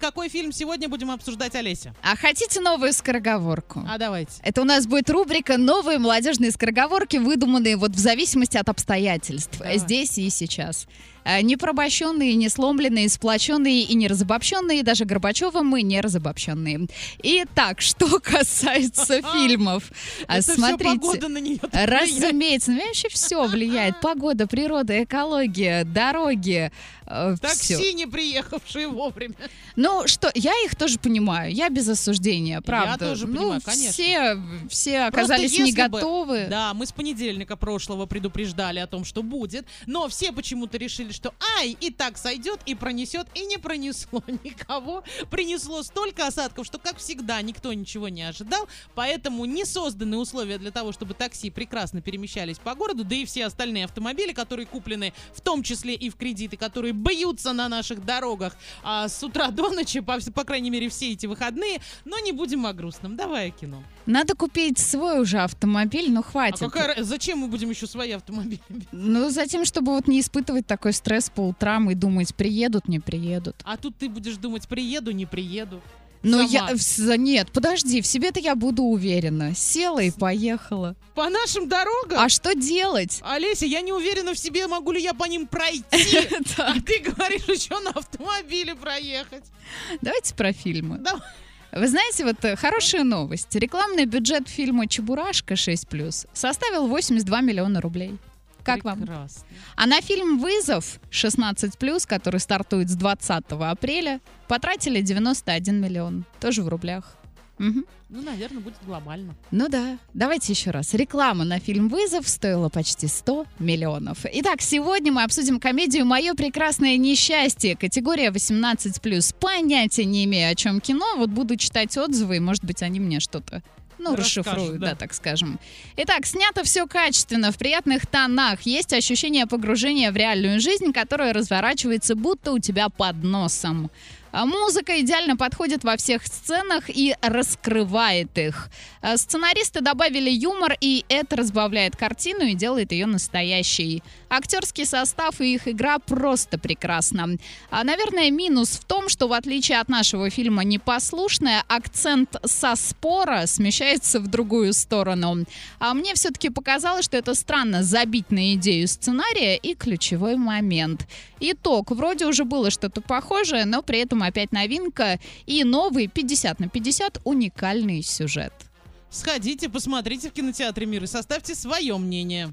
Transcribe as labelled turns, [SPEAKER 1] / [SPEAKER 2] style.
[SPEAKER 1] какой фильм сегодня будем обсуждать, Олеся?
[SPEAKER 2] А хотите новую скороговорку?
[SPEAKER 1] А давайте.
[SPEAKER 2] Это у нас будет рубрика «Новые молодежные скороговорки», выдуманные вот в зависимости от обстоятельств,
[SPEAKER 1] Давай.
[SPEAKER 2] здесь и сейчас. А, Не пробощенные, не сломленные, сплоченные и не разобобщенные, даже Горбачевым мы не разобобщенные. Итак, что касается фильмов. А,
[SPEAKER 1] Это всё
[SPEAKER 2] Смотрите, Э,
[SPEAKER 1] погода на нее. так влияет.
[SPEAKER 2] Разумеется, на меня вообще все влияет. Погода, природа, экология, дороги, э, всё.
[SPEAKER 1] Такси, не приехавшие вовремя.
[SPEAKER 2] Ну что, я их тоже понимаю, я без осуждения, правда.
[SPEAKER 1] тоже
[SPEAKER 2] ну,
[SPEAKER 1] понимаю, конечно.
[SPEAKER 2] Все, все оказались не
[SPEAKER 1] если бы-
[SPEAKER 2] готовы.
[SPEAKER 1] Да, мы с понедельника прошлого предупреждали о том, что будет, но все почему-то решили, что ай, и так сойдет, и пронесет, и не пронесло никого. Принесло столько осадков, что, как всегда, никто ничего не ожидал, поэтому не созданы условия для того, чтобы такси прекрасно перемещались по городу, да и все остальные автомобили, которые куплены, в том числе и в кредиты, которые бьются на наших дорогах а, с утра до ночи, по, по крайней мере, все эти выходные, но не будем о грустном. Давай о кино.
[SPEAKER 2] Надо купить свой уже автомобиль, ну хватит.
[SPEAKER 1] А какая ра- зачем мы будем еще свои автомобили? брать?
[SPEAKER 2] Ну, затем, чтобы вот не испытывать такой стресс по утрам и думать, приедут, не приедут.
[SPEAKER 1] А тут ты будешь думать, приеду, не приеду.
[SPEAKER 2] Но
[SPEAKER 1] Сама.
[SPEAKER 2] я... в с- Нет, подожди, в себе-то я буду уверена. Села и поехала.
[SPEAKER 1] По нашим дорогам?
[SPEAKER 2] А что делать?
[SPEAKER 1] Олеся, я не уверена в себе, могу ли я по ним пройти.
[SPEAKER 2] Так,
[SPEAKER 1] А ты говоришь, еще на автомобиле проехать.
[SPEAKER 2] Давайте про фильмы.
[SPEAKER 1] Давай.
[SPEAKER 2] Вы знаете, вот э, хорошая новость. Рекламный бюджет фильма «Чебурашка 6+,» составил 82 миллиона рублей. Как вам?
[SPEAKER 1] Прекрасно.
[SPEAKER 2] А на фильм «Вызов» 16+, который стартует с 20 апреля, потратили 91 миллион. Тоже в рублях. Мгм.
[SPEAKER 1] Ну, наверное, будет глобально.
[SPEAKER 2] Ну да, давайте еще раз. Реклама на фильм «Вызов» стоила почти 100 миллионов. Итак, сегодня мы обсудим комедию «Мое прекрасное несчастье». Категория 18+. Понятия не имею, о чем кино. Вот буду читать отзывы, и, может быть, они мне что-то ну,
[SPEAKER 1] Расскажут,
[SPEAKER 2] расшифруют,
[SPEAKER 1] да.
[SPEAKER 2] да, так скажем. Итак, снято все качественно, в приятных тонах. Есть ощущение погружения в реальную жизнь, которая разворачивается будто у тебя под носом. А Музыка идеально подходит во всех сценах и раскрывает их. А Сценаристы добавили юмор, и это разбавляет картину и делает ее настоящей. Актерский состав и их игра просто прекрасна. А, наверное, минус в том, что в отличие от нашего фильма «Непослушная», акцент со спора смещается в другую сторону. А мне все-таки показалось, что это странно забить на идею сценария и ключевой момент. Итог. Вроде уже было что-то похожее, но при этом опять новинка и новый 50 на 50 уникальный сюжет.
[SPEAKER 1] Сходите, посмотрите в кинотеатре мира и составьте свое мнение.